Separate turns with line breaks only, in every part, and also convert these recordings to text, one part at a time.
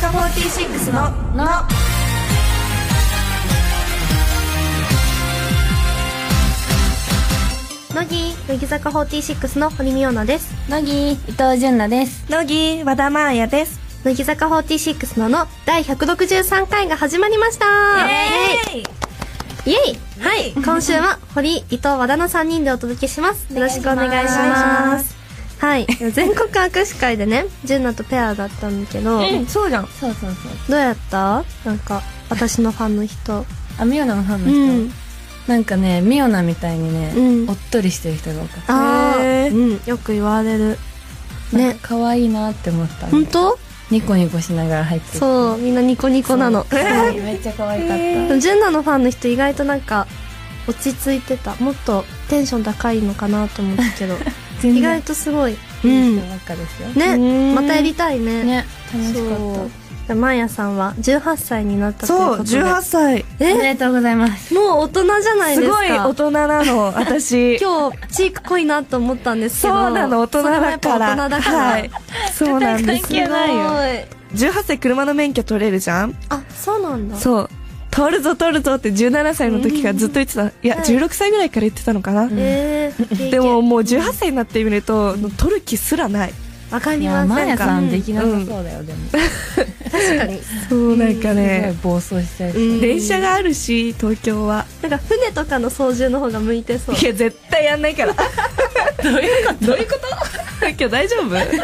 96のの
乃木乃木坂46の堀美央奈です
乃木伊藤純奈です
乃木和田真彩です
乃木坂46のの第163回が始まりました
イエーイ
イエイはい今週は堀伊藤和田の3人でお届けしますよろしくお願いしますはい全国握手会でね純奈とペアだったんだけど、
そうじゃん
そうそうそう
どうやったなんか私のファンの人
あミオナのファンの
う
人、
ん
なんかねミオナみたいにね、
うん
おっとりしてる人が多かっ
ああ
へ
うんよく言われる
た
ね
なんか可愛いなって思った
本当
ニコニコしながら入ってきて
そうみんなニコニコなの
そうはいめっちゃ可愛かった、
でもジュンナのファンの人意外となんか落ち着いてたもっとテンション高いのかなと思った けど意外とすごい
いい人ばっかですよ、
ね
ん
またやりたいね
ね楽しかっ
そうマーヤさんは18歳になったというこ
そう
とで
18歳
たお
え
めでとうございます
もう大人じゃないですすか
ごい大人なの 私
今日チーク濃いなと思ったんですけ
そ
ど
うなの大人だ
それ
か
もや
ら
っぱ大人だから、
はいそうなんで
絶
す
対関係ないよ
18歳車の免許取れるじゃん
あそうなんだ
そう取るぞ取るぞって17歳の時からずっと言ってたいや
はい
16歳ぐらいから言ってたのかな
えーいけいけ
でももう18歳になってみると取る気すらない
わか
い
り
や
ま
マ
す
ーヤさんできなさ
う
そ
ん
うだよ、でも
確かに
そうなんかね
すごい暴走しちゃうし、
うん
電車があるし東京は
なんか船とかの操縦の方が向いてそう
いや絶対やんないからどういうことどういうこと 今日大丈夫
大丈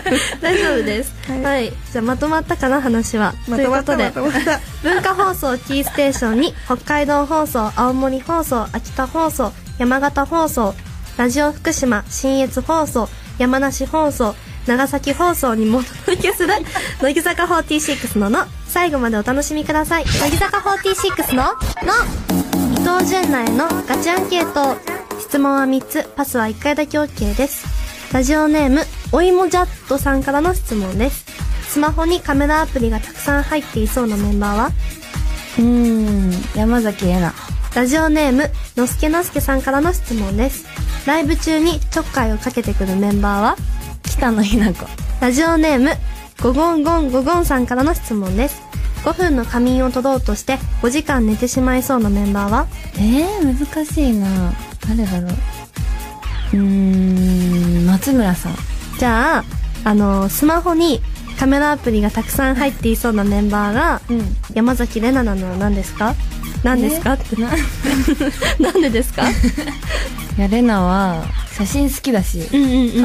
夫ですはい、じゃあまとまったかな話は
まとまった
とい
ま
うことで
とまった
文化放送キーステーションに北海道放送青森放送秋田放送山形放送ラジオ福島信越放送山梨放送長崎放送にもお届 けする乃木坂46のの最後までお楽しみください乃木坂46のの伊藤純奈へのガチアンケート質問は3つパスは1回だけ OK ですラジオネームおいもジャットさんからの質問ですスマホにカメラアプリがたくさん入っていそうなメンバーは
うん山崎えな
ラジオネームのすけのすけさんからの質問ですライブ中にちょっかいをかけてくるメンバーは
北野日向子
ラジオネームゴゴンゴンゴゴンさんからの質問です5分の仮眠を取ろうとして5時間寝てしまいそうなメンバーは
えー、難しいな誰だろううーん松村さん
じゃああのスマホにカメラアプリがたくさん入っていそうなメンバーが
うん
山崎怜奈なのは何ですか何ですかってななんでですか
いやレナは写真好きだし、
ん う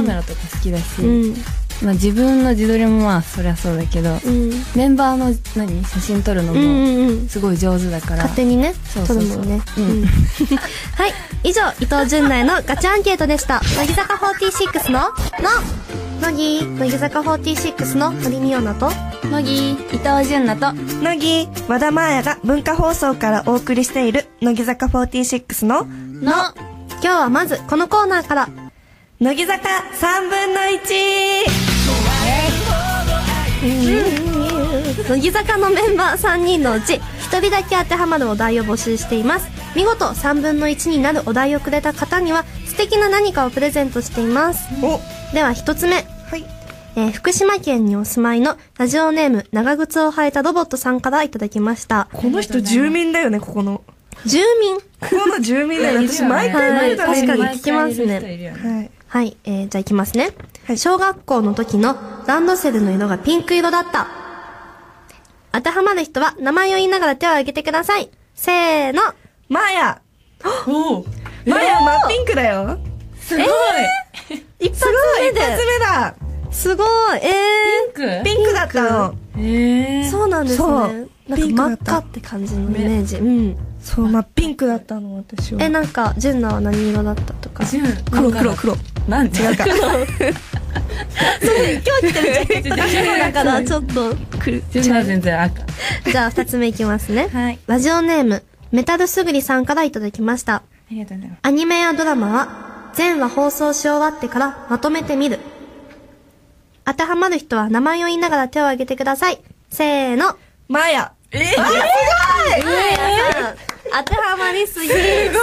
ん
カメラとか好きだし、
うん
まあ、自分の自撮りもまあそりゃそうだけど、
うん
メンバーの何写真撮るの
うん
も
うんうん
すごい上手だから、
勝手にね
そうそうそう
撮るもんね、
うん
はい以上伊藤純奈へのガチアンケートでした乃木坂46の「の」乃木乃木坂46の堀美央奈と
乃木伊藤純奈と
乃木和田真彩が文化放送からお送りしている乃木坂46の
の今日はまずこのコーナーから
乃木坂3分の1
乃木坂のメンバー3人のうち1人だけ当てはまるお題を募集しています見事3分の1になるお題をくれた方には素敵な何かをプレゼントしています
お
では1つ目
はい
えー福島県にお住まいのラジオネーム長靴を履いたロボットさんからいただきました
この人住民だよねここの
住民
ここの住民だ よね私毎回
は
毎
い
回だ
確かに
ね
聞きますね
はい
はい、えー、じゃあいきますね、
はい
小学校の時のランドセルの色がピンク色だった当てはまる人は名前を言いながら手を挙げてくださいせーの
マヤ
お
マヤ真ピンクだよ
すごい、
一発目
一発
で
目だ
すごいえー
ピンクだったの
えー、
そうなんですねな
ピ
ん
ンクだ
か真っ
った
赤って感じのイメージ、うん
そう真ピンクだったの私は
えなんか純奈は何色だったとか
純
黒黒黒
なんで
違 うか
今日着てるジャケットだからちょっと
純奈は全然赤
じゃあ二つ目いきますね
はい
ラジオネーム、メタルすぐりさんからいただきました。
ありがとうございます
アニメやドラマは、全話放送し終わってからまとめてみる。当てはまる人は名前を言いながら手を挙げてください。せーの。
マヤ
えー、
当てはまりすぎ。
すごい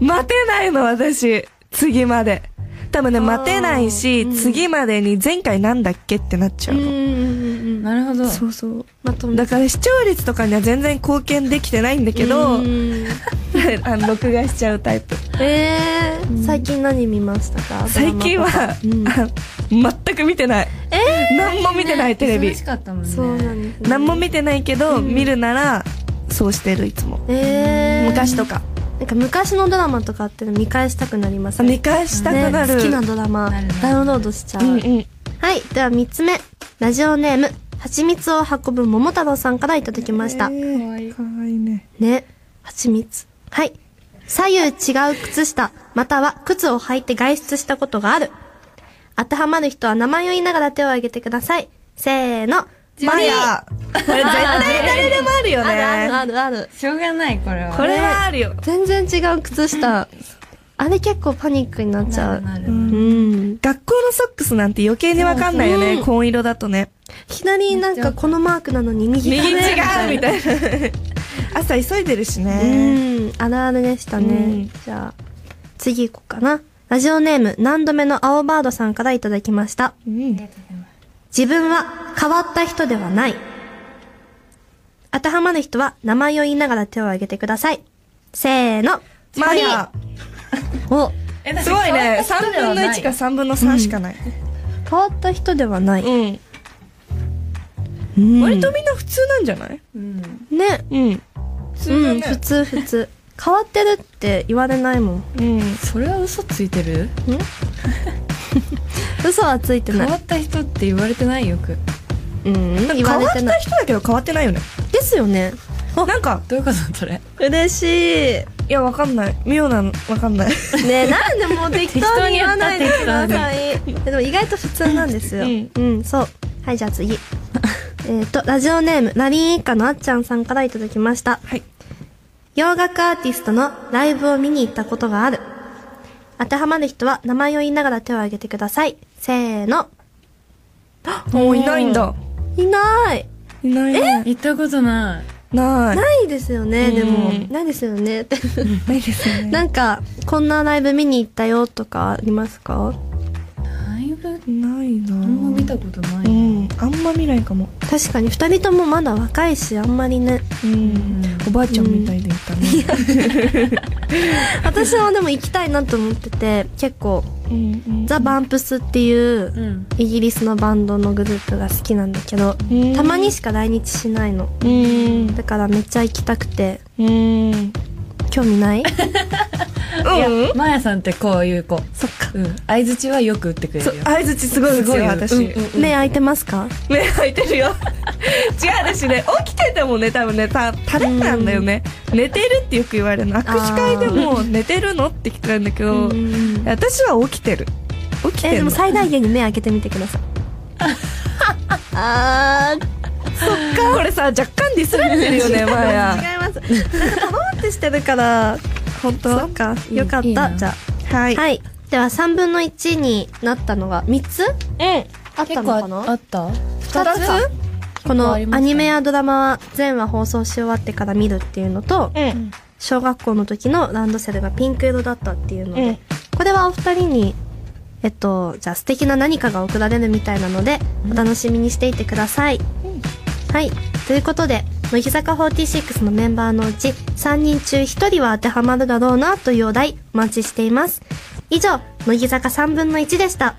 待てないの私次まで多分ね、待てないし、次までに前回なんだっけってなっちゃうの。
ん
なるほど。
そうそう。まとめ
だから視聴率とかには全然貢献できてないんだけど、 あの録画しちゃうタイプ
えー、最近何見ましたか
最近は、
ドラマとか
全く見てない、
え
何も見てない、テレビ
忙しかったもん
うん
ね。
そうなんです、ね、
何も見てないけど、見るならそうしてるいつも、
えー、
昔とか
なんか昔のドラマとかって見返したくなります
あ見返したくなる、
ね、好きなドラマ
なるね
ダウンロードしちゃう、
うんうん
はいでは3つ目ラジオネームはちみつを運ぶ桃太郎さんからいただきました、
えー
かわいい
かわいいね
ね蜂蜜はい左右違う靴下または靴を履いて外出したことがある当てはまる人は名前を言いながら手を挙げてくださいせーの
マヤこれ絶対誰でもあるよね
あるある
しょうがない、これは。
これはあるよ
全然違う靴下 あれ結構パニックになっちゃう
なるなる
うん
学校のソックスなんて余計にわかんないよ
う
ね
ん
紺色だとね
左なんかこのマークなのに右
右違うみ
だね
たいな朝急いでるしね
うん、あるあるでしたね。
うん
じゃあ、次行こうかな。ラジオネーム、何度目の青バードさんからいただきました。
うん
ありがとうございます
自分は変わった人ではない。当てはまる人は名前を言いながら手を挙げてください。せーの。
マヤ
お、
えだって
すごいね3
変わ
分
っ
の
た人ではな
1か
い
3分の3しかない、
変わった人ではない。
うん
うん
割とみんな普通なんじゃない
うん
ね。
うん普
うん、普通普通。変わってるって言われないもん。
うん
それは嘘ついてる
嘘はついて
変
な
わ
い。
った人って言われてないよく
うん、
変
言
わ
われ
ってた
ない。
人だけど変わってないよね
ですよね。
なんか
どういうことそれ
嬉しい。
いやわかんない妙なのわかんない
ね えなんでもう適当に言わないでください
適
でも意外と普通なんですよ、
う
うん
ん、
そうはいじゃあ次 えっとラジオネームラリン一家のあっちゃんさんからいただきました
はい
洋楽アーティストのライブを見に行ったことがある当てはまる人は名前を言いながら手を挙げてくださいせーの
もういないんだ
いない
いないね
行ったことない
ないな
ないですよねでも
うん
ないですよ ねって
いですよね
なんかこんなライブ見に行ったよとかありますか
だいぶ
ないな
あ
あ
んま見たことな
う
い
んあんま見ないかも
確かに2人ともまだ若いしあんまりね
うん、おばあちゃんみたいでいたね、
私はでも行きたいなと思ってて結構
うんうん
ザ・バンプスってい
う
う
ん
イギリスのバンドのグループが好きなんだけど
うん
たまにしか来日しないの
うん
だからめっちゃ行きたくて
うんうん
興 味ない
マヤさんってこういう子
そっか
うん相槌はよく打ってくれ
そう
るよ
相づちすごい打つよ私、
うんうんうん
目開いてますか
目開いてるよ 違う私ね起きててもね多分ねた垂れなんだよね寝てるってよく言われるの握手会でも寝てるのって聞かれるんだけど
うん
私は起きてる起きて
えで
る
も
の
最大限に目開けてみてく ださいあー
これさ若干ディスられてるよ ねマヤ
違いますなんかとろーってしてるから
本当
そうかよかっ
いい
た
な
じゃ
はい、
あはいでは3分の1になったのが3つ
うん
あったのか
結
な
構あった
二つこのア
ありますかね
ニメやドラマは全話放送し終わってから見るっていうのと
うん
小学校の時のランドセルがピンク色だったっていうので、
うん
これはお二人にえっとじゃあ素敵な何かが贈られるみたいなのでお楽しみにしていてください、はいということで乃木坂46のメンバーのうち3人中1人は当てはまるだろうなというお題お待ちしています以上乃木坂3分の1でした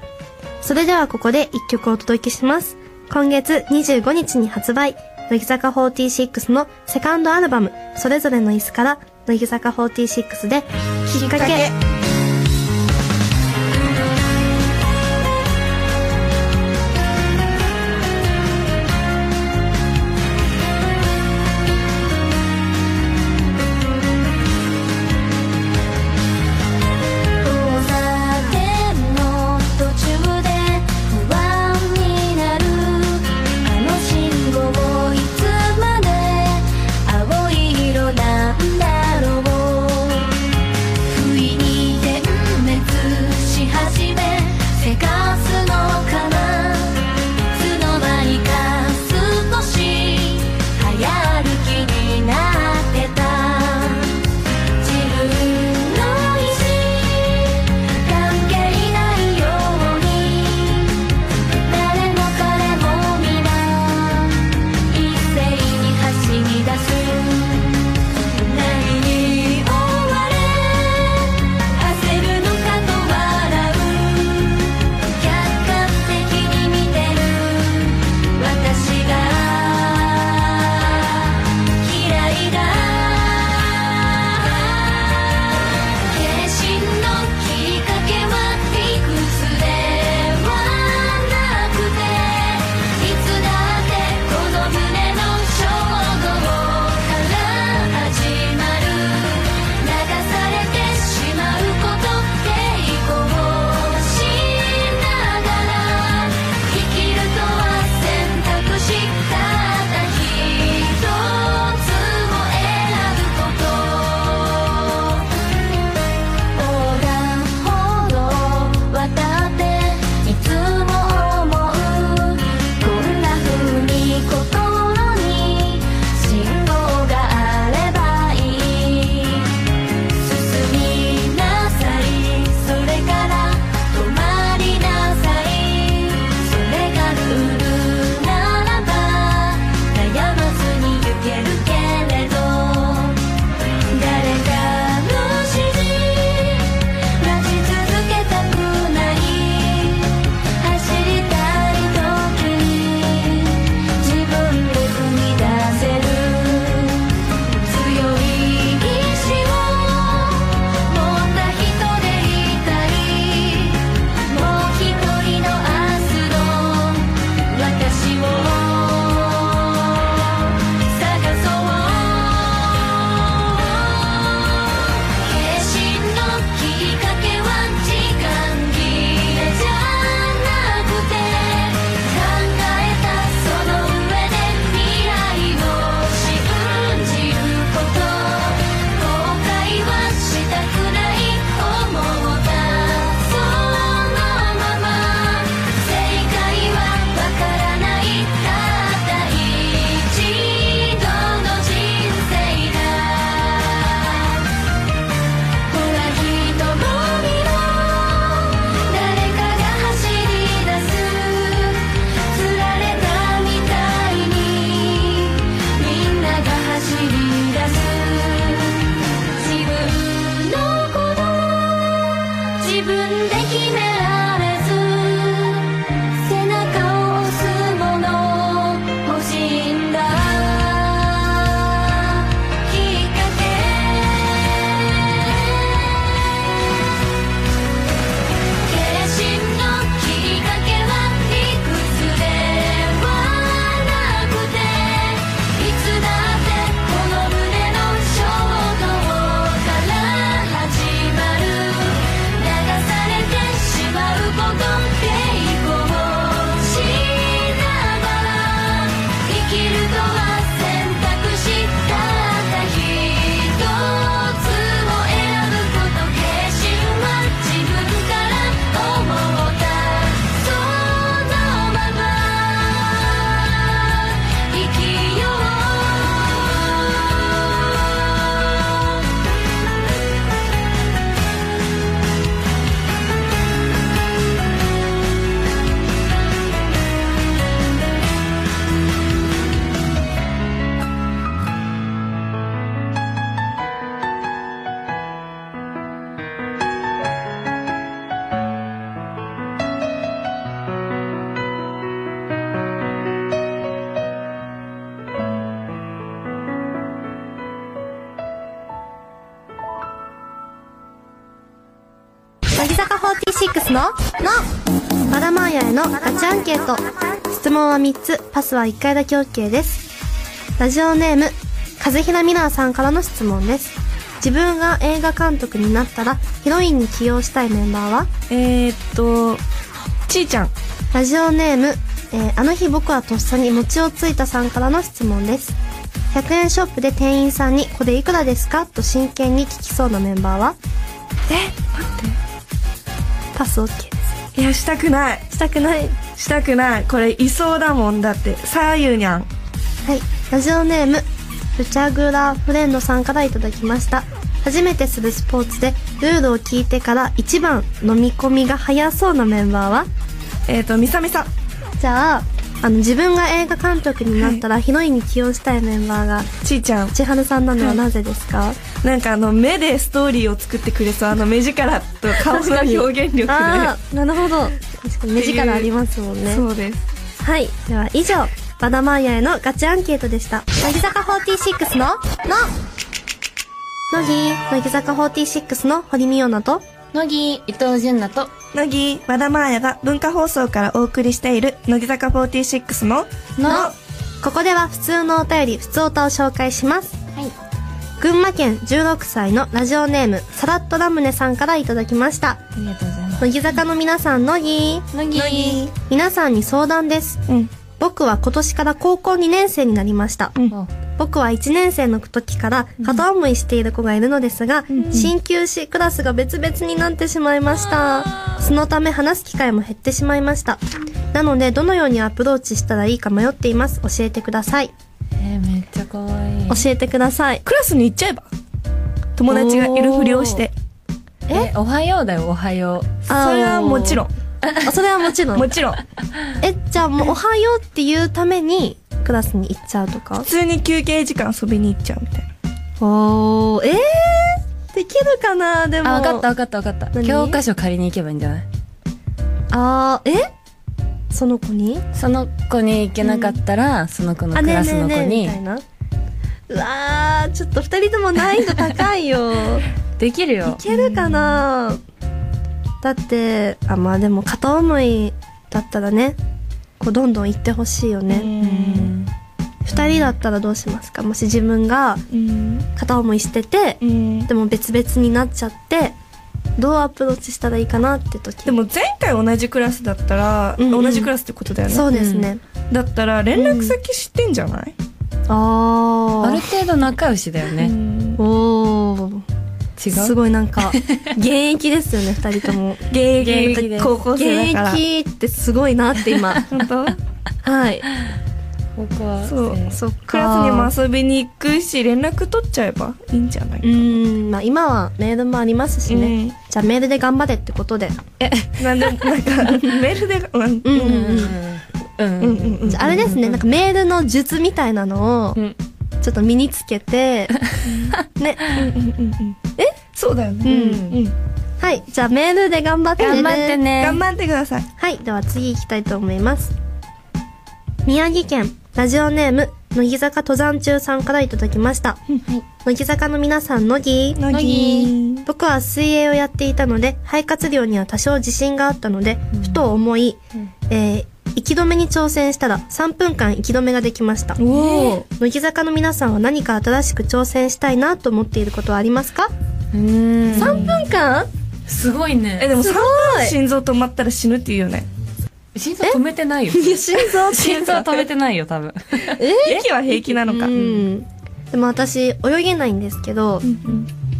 それではここで1曲お届けします。今月25日に発売、乃木坂46のセカンドアルバム、それぞれの椅子から、乃木坂46で、きっかけ。
交差点の途中で不安になるあの信号いつまで青い色なんだろう不意に出会
乃木坂46ののバラマーヤへのガチアンケート質問は3つパスは1回だけ OK ですラジオネーム風平ミラーさんからの質問です自分が映画監督になったらヒロインに起用したいメンバーは
えー、っとちーちゃん
ラジオネーム、えーあの日僕はとっさに餅をついたさんからの質問です100円ショップで店員さんに「これいくらですか?」と真剣に聞きそうなメンバーは
え待っ
パス OK で
ていやしたくない
すしたくない
したくないこれいそうだもんだってさあゆにゃん
はい、ラジオネームルチャグラフレンドさんからいただきました初めてするスポーツでルールを聞いてから一番飲み込みが早そうなメンバーは
えー、っとみさみさ
じゃああの自分が映画監督になったら、ヒロインに起用したいメンバーが
ちーちゃん
千春さんなのはなぜですか、
なんかあの目でストーリーを作ってくれそうあの目力と顔の表現力で
ああなるほど確かに目力ありますもんね
そうです
はいでは以上バダマーヤへのガチアンケートでした乃木坂46のの乃木乃木坂46の堀美央奈と
乃木、伊藤純奈と、
乃木和田真彩が文化放送からお送りしている乃木坂46の
の
の
ここでは普通のお便り、普通おたを紹介します。
はい。
群馬県16歳のラジオネーム、さらっとラムネさんからいただきました。
ありがとうございます。
乃木坂の皆さん、乃木。
乃木、
皆さんに相談です。
うん
僕は今年から高校2年生になりました。
うん
お
僕は1年生の時から片思いしている子がいるのですが、進級しクラスが別々になってしまいました。そのため話す機会も減ってしまいました。なので、どのようにアプローチしたらいいか迷っています。教えてください。
えー、めっちゃ可愛い。
教えてください。
クラスに行っちゃえば友達がいるふりをして
え、おはようだよ、おはよう。
それはもちろん
あそれはもちろ
も
ん。
ちろん
え、じゃあもうおはようっていうためにクラスに行っちゃうとか
普通に休憩時間遊びに行っちゃうみたいな
おー、えー、できるかなでも。
あ、わかったわかったわかった。
何
教科書借りに行けばいいんじゃない
あー、えその子に
その子に行けなかったら、その子の
あ、
ク
ねえ
ラ
ね
ス
え
の子
ねえ、み
に
たい、な。うわー、ちょっと二人とも難易度高い よ。い
できるよ。
けるかなだって、あ、まあでも片思いだったらね、こうどんどん行ってほしいよね。
うん。
二人だったらどうしますかもし自分が
うん
片思いしてて、
うん
でも別々になっちゃってどうアプローチしたらいいかなって時
でも前回同じクラスだったら、
うんうん
同じクラスってことだよね
そうですね、
だったら連絡先知ってんじゃない、
あ
ある程度仲良しだよ
う
ね。
ん
おー
違
す
う
ごいなん か現役ですよね二人とも
現
現役
役
です
高校
現
生だから
役ってすごいなって今
本当
はい
僕は
そう
そっか
クラスにも遊びに行くし連絡取っちゃえばいいんじゃないうか
ーんまあ今はメールもありますしね、
うん
じゃあメールで頑張れってことで、
なんでなんかメールでうん
うん
うんう
うん
ん。
う
うんん
う
うんん。
うん
じゃああれですねなんかメールの術みたいなのを
うん
ちょっと身につ けて、ね
うんうんうんえそうだよね
うん
うん
はいじゃあメールで頑張ってね
頑張ってね。
頑張ってください
はい、では次行きたいと思います。宮城県ラジオネーム乃木坂登山中さんからいただきました。
はい
乃木坂の皆さん、乃木。
乃木
僕は水泳をやっていたので、肺活量には多少自信があったので、ふと思い、えー、息止めに挑戦したら3分間息止めができました。
おお
乃木坂の皆さんは何か新しく挑戦したいなと思っていることはありますか、
うん。
?3 分間
すごいね。
えでも3
ごい
分心臓止まったら死ぬっていうよね
心臓止めてないよ。
いや、心臓ってい
心
う
臓
か
止めてないよ、多分。
息は平気なのか
うん、でも私泳げないんですけど、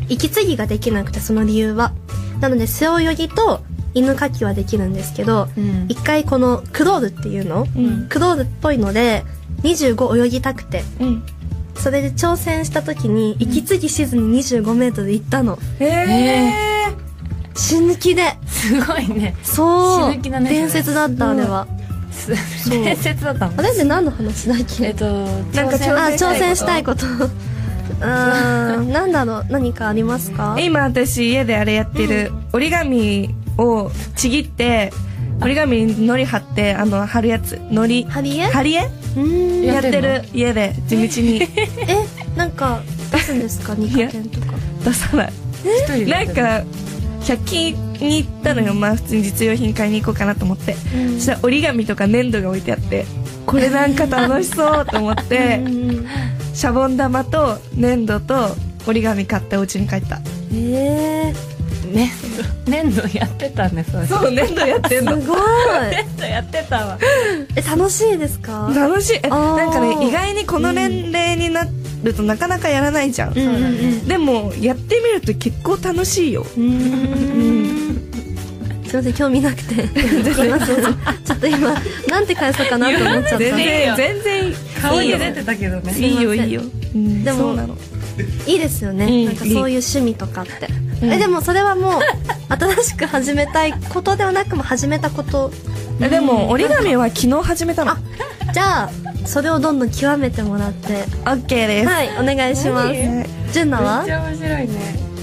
息継ぎができなくてその理由はなので背泳ぎと犬かきはできるんですけど
うん
一、回このクロールっていうの、
うん
クロールっぽいので25泳ぎたくて
うん
それで挑戦した時に息継ぎしずに2 5ル行ったの
ええ
死ぬ気です
ごいね。
そう
死ぬ気だねそれ
伝説だったあれは
す
う
伝説だったもん
あ。れって何の話だっ
えっ
け
と、
なんか挑
あ挑戦
戦
し
したた
いことうーん何だろう何かありますか
今私家であれやってる、折り紙をちぎって折り紙に糊貼ってあの貼るやつ糊
ハリエ
貼り絵
うーん
や
や
っ
っててんの
る家で地道 に
えなんか 出すんですか二課
や
点とか
出さない
一人でや
な
って
ん
る。
か100均に行ったのよ、まあ普通に実用品買いに行こうかなと思って、そしたら折り紙とか粘土が置いてあってこれなんか楽しそうと思ってシャボン玉と粘土と折り紙買ってお家に帰った
えー、
ね粘土やってたねそう
そう粘土やってんの
すごい
粘土やってたわ
え楽しいですか
楽しいえ
あー
なんかね意外にこの年齢になるとなかなかやらないじゃん、
うんうんうん
でもやってみると結構楽しいよ
うーんすいません興味なく てすいませんちょっと今なんて返そうかなと思っちゃっ
全
たい
然全然
顔
いい
に
よ
出てたけどね
いいよ
すいません
いいよ、うん
でも
そうなの
いですよね、
うん
なんかそういう趣味とかって、
うん
えでもそれはもう新しく始めたいことではなくも始めたこと
えでも折り紙は昨日始めたの
じゃあそれをどんどん極めてもらって
オッケーです、
はいお願いします
はい
ジュンナ
めっ
は
ちゃ面白いね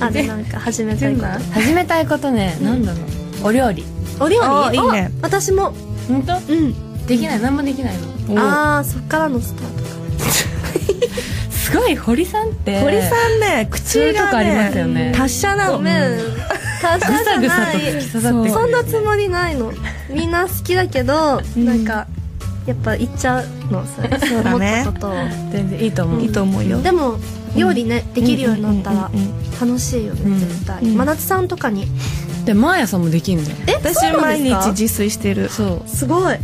あでなんか始めたいこ
始めたいことね、なんだろうお料理
とお料
あ
理
いいね
あ私も
本当
うん
できない何もできないの
お
ああそっからのスタート
すごい堀さんって
堀さんね口
そういうとこ
が
あります
ね
よね
達者な
ご
の
めん達
ぐ
者じ
さ
ゃ
ぐさ
な
と突
い
き刺さってくる
そんなつもりないのみんな好きだけど、
ん
なんかやっぱ言っちゃうのそれ
うだね
思ったことを
全然いいと思う、
いいと思うよ
でも料理ね、できるようになったら
うんうんうん
楽しいよね、
うん
絶対、
うん
真夏さんとかに
でマーヤさんもできんだよ
え
私毎日
そうなんですか
自炊してる
そう
すごい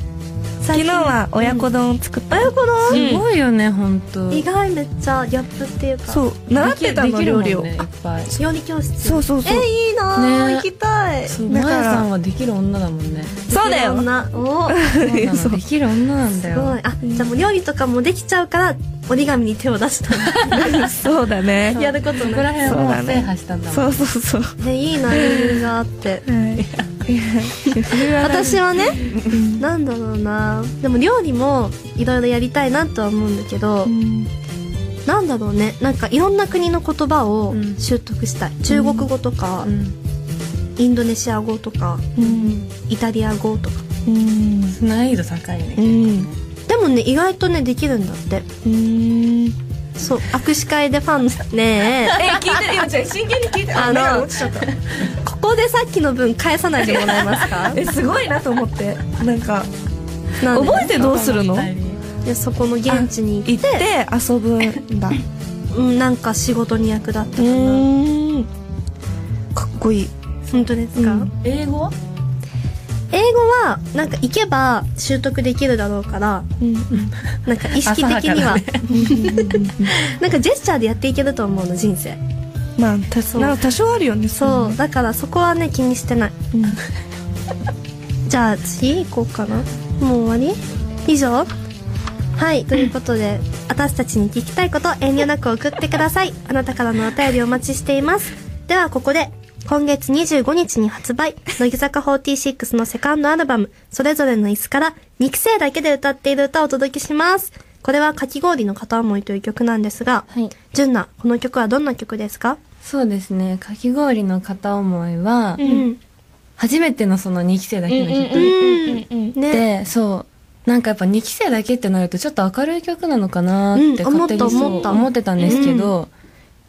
昨日は親子丼を作った
親子丼、
うん
すごいよね本当
意外めっちゃギャップっていうか
そう習ってた
で
の
きる
料
もんね
理
い
を
っぱい
料理教室
そうそうそう
えいいなー、
ね
行きたい
そうマ
だ
ー
から
ヤさんはできる女だもんね
そうだよ
いろんなおー
そうな
そ
の
う
できる女なんだ
すご
よ
い あじゃあもう料理とかもできちゃうから折り紙に手を出した
そうだね
やること
そこら
ない
辺
そう
はも
だ
う
ね
制覇したんだもん
そうそうそう
ねいいな理由があ って
私
私はねなんだろうなでも料理もいろいろやりたいなとは思うんだけど、なんだろうねなんかいろんな国の言葉を
うん
習得したい、中国語とか、
うん
インドネシア語とか
うん
イタリア語とか
うん
難易度高いね
でもね意外とねできるんだって
うん
そう握手会でファンね
え聞いてるよちゃん真剣に聞いて
あの
目が落ちちゃった
えここでさっきの分返さないでもらえま すか
えすごいなと思ってなんか
なんで
覚えてどうするの
二
行
人
でそこの現地に行
っ
って
て遊ぶんだ
うん、なんか仕事に役立ったかな
かっこいい
本当ですか、
うん
英語は
英語はなんか行けば習得できるだろうからなんか意識的には、 なんかジェスチャーでやっていけると思うの人生
まあた
そう
なんか多少あるよね
そう、
ん
だからそこはね気にしてない
うん
じゃあ次行こうかなもう終わり以上はいということで私たちに聞きたいこと遠慮なく送ってくださいあなたからのお便りお待ちしていますではここで今月25日に発売乃木坂46のセカンドアルバム「それぞれの椅子」から2期生だけで歌っている歌をお届けしますこれは「かき氷の片思い」という曲なんですが、
はい
純奈この曲はどんな曲ですか
そうですねかき氷の片思いは、
うん
初めてのその2期生だけの曲、
うん
うん
ね
でそうなんかやっぱ2期生だけってなるとちょっと明るい曲なのかなって
うん
勝手にそう
思った思った
思ってたんですけど、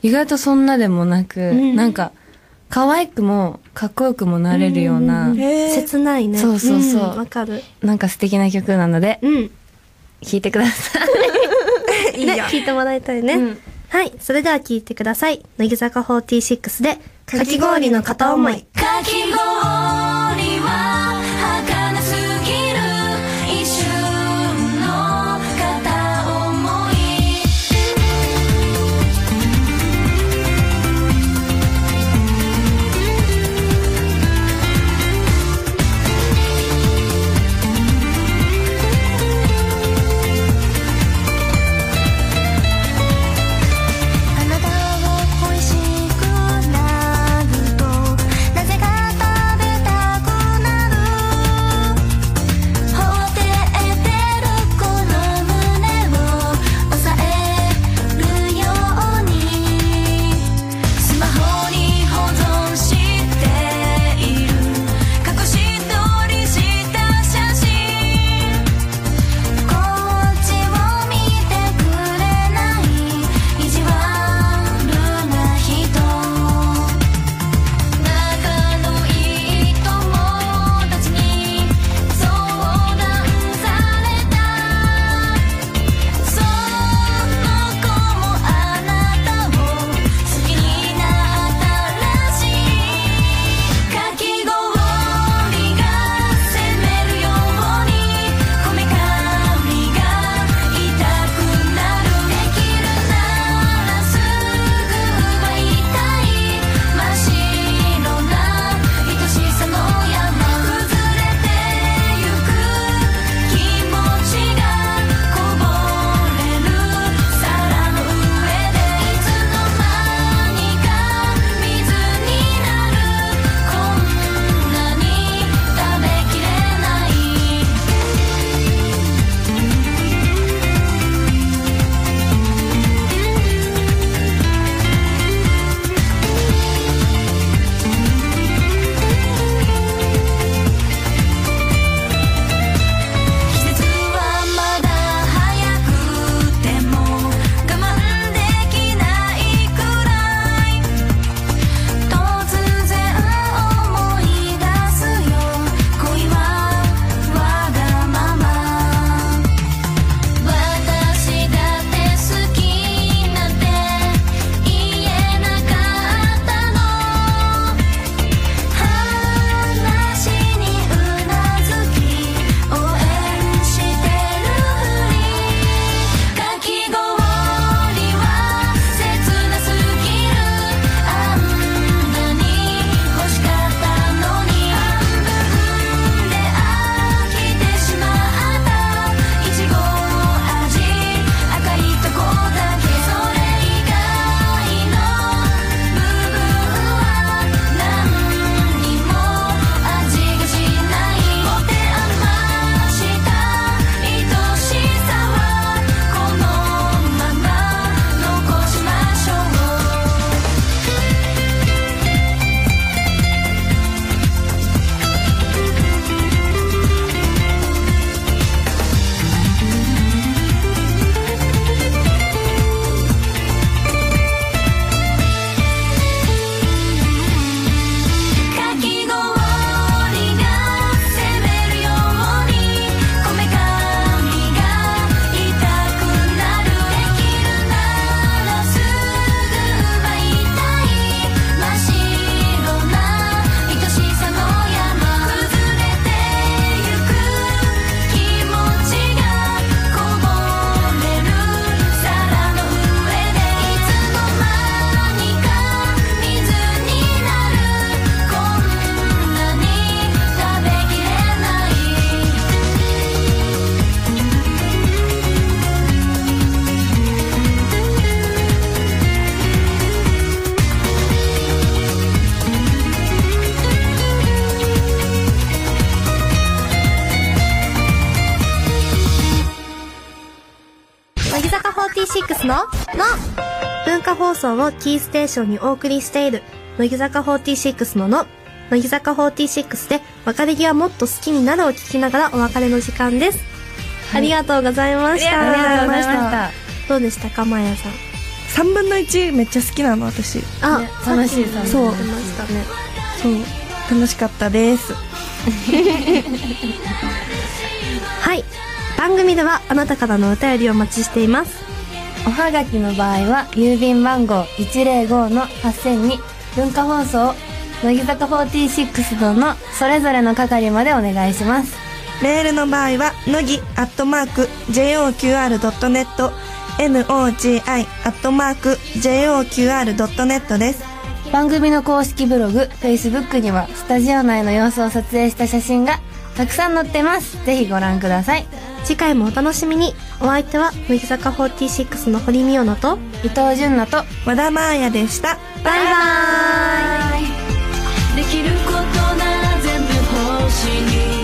意外とそんなでもなく、
ん
なんか可愛くもかっこよくもなれるような、
へえ
切ないね
そうそうそうん
わかる
なんか素敵な曲なので
うん
聴いてください。
ね、聞いてもらいた いね、
うん
はいそれでは聞いてください乃木坂46で「かき氷の片思い
かき氷は儚すぎる一瞬の片思い」「あなたを恋しくなると」「なぜ
送をキーステーションにお送りしている、乃木坂46のの、乃木坂46で別れ際もっと好きになるを聞きながらお別れの時間です。
はい
ありがとうございました。
ありがとうございました
どうでしたか、まやさん。
3分の1めっちゃ好きなの私
あ、
ね楽しい
さっき
そう
も言ってましたね。
そう楽しかったです
はい。番組ではあなたからのお便りをお待ちしています。
おはがきの場合は郵便番号105の8000に文化放送乃木坂46度のそれぞれの係までお願いします
メールの場合は乃木アットマーク JOQR.net NOGI アットマーク JOQR.net です
番組の公式ブログ Facebook にはスタジオ内の様子を撮影した写真がたくさん載ってますぜひご覧ください
次回もお楽しみに。お相手は、乃木坂46の堀美央奈と、
伊藤純奈と
和田真彩でした
バイバーイ
できることなら全部星に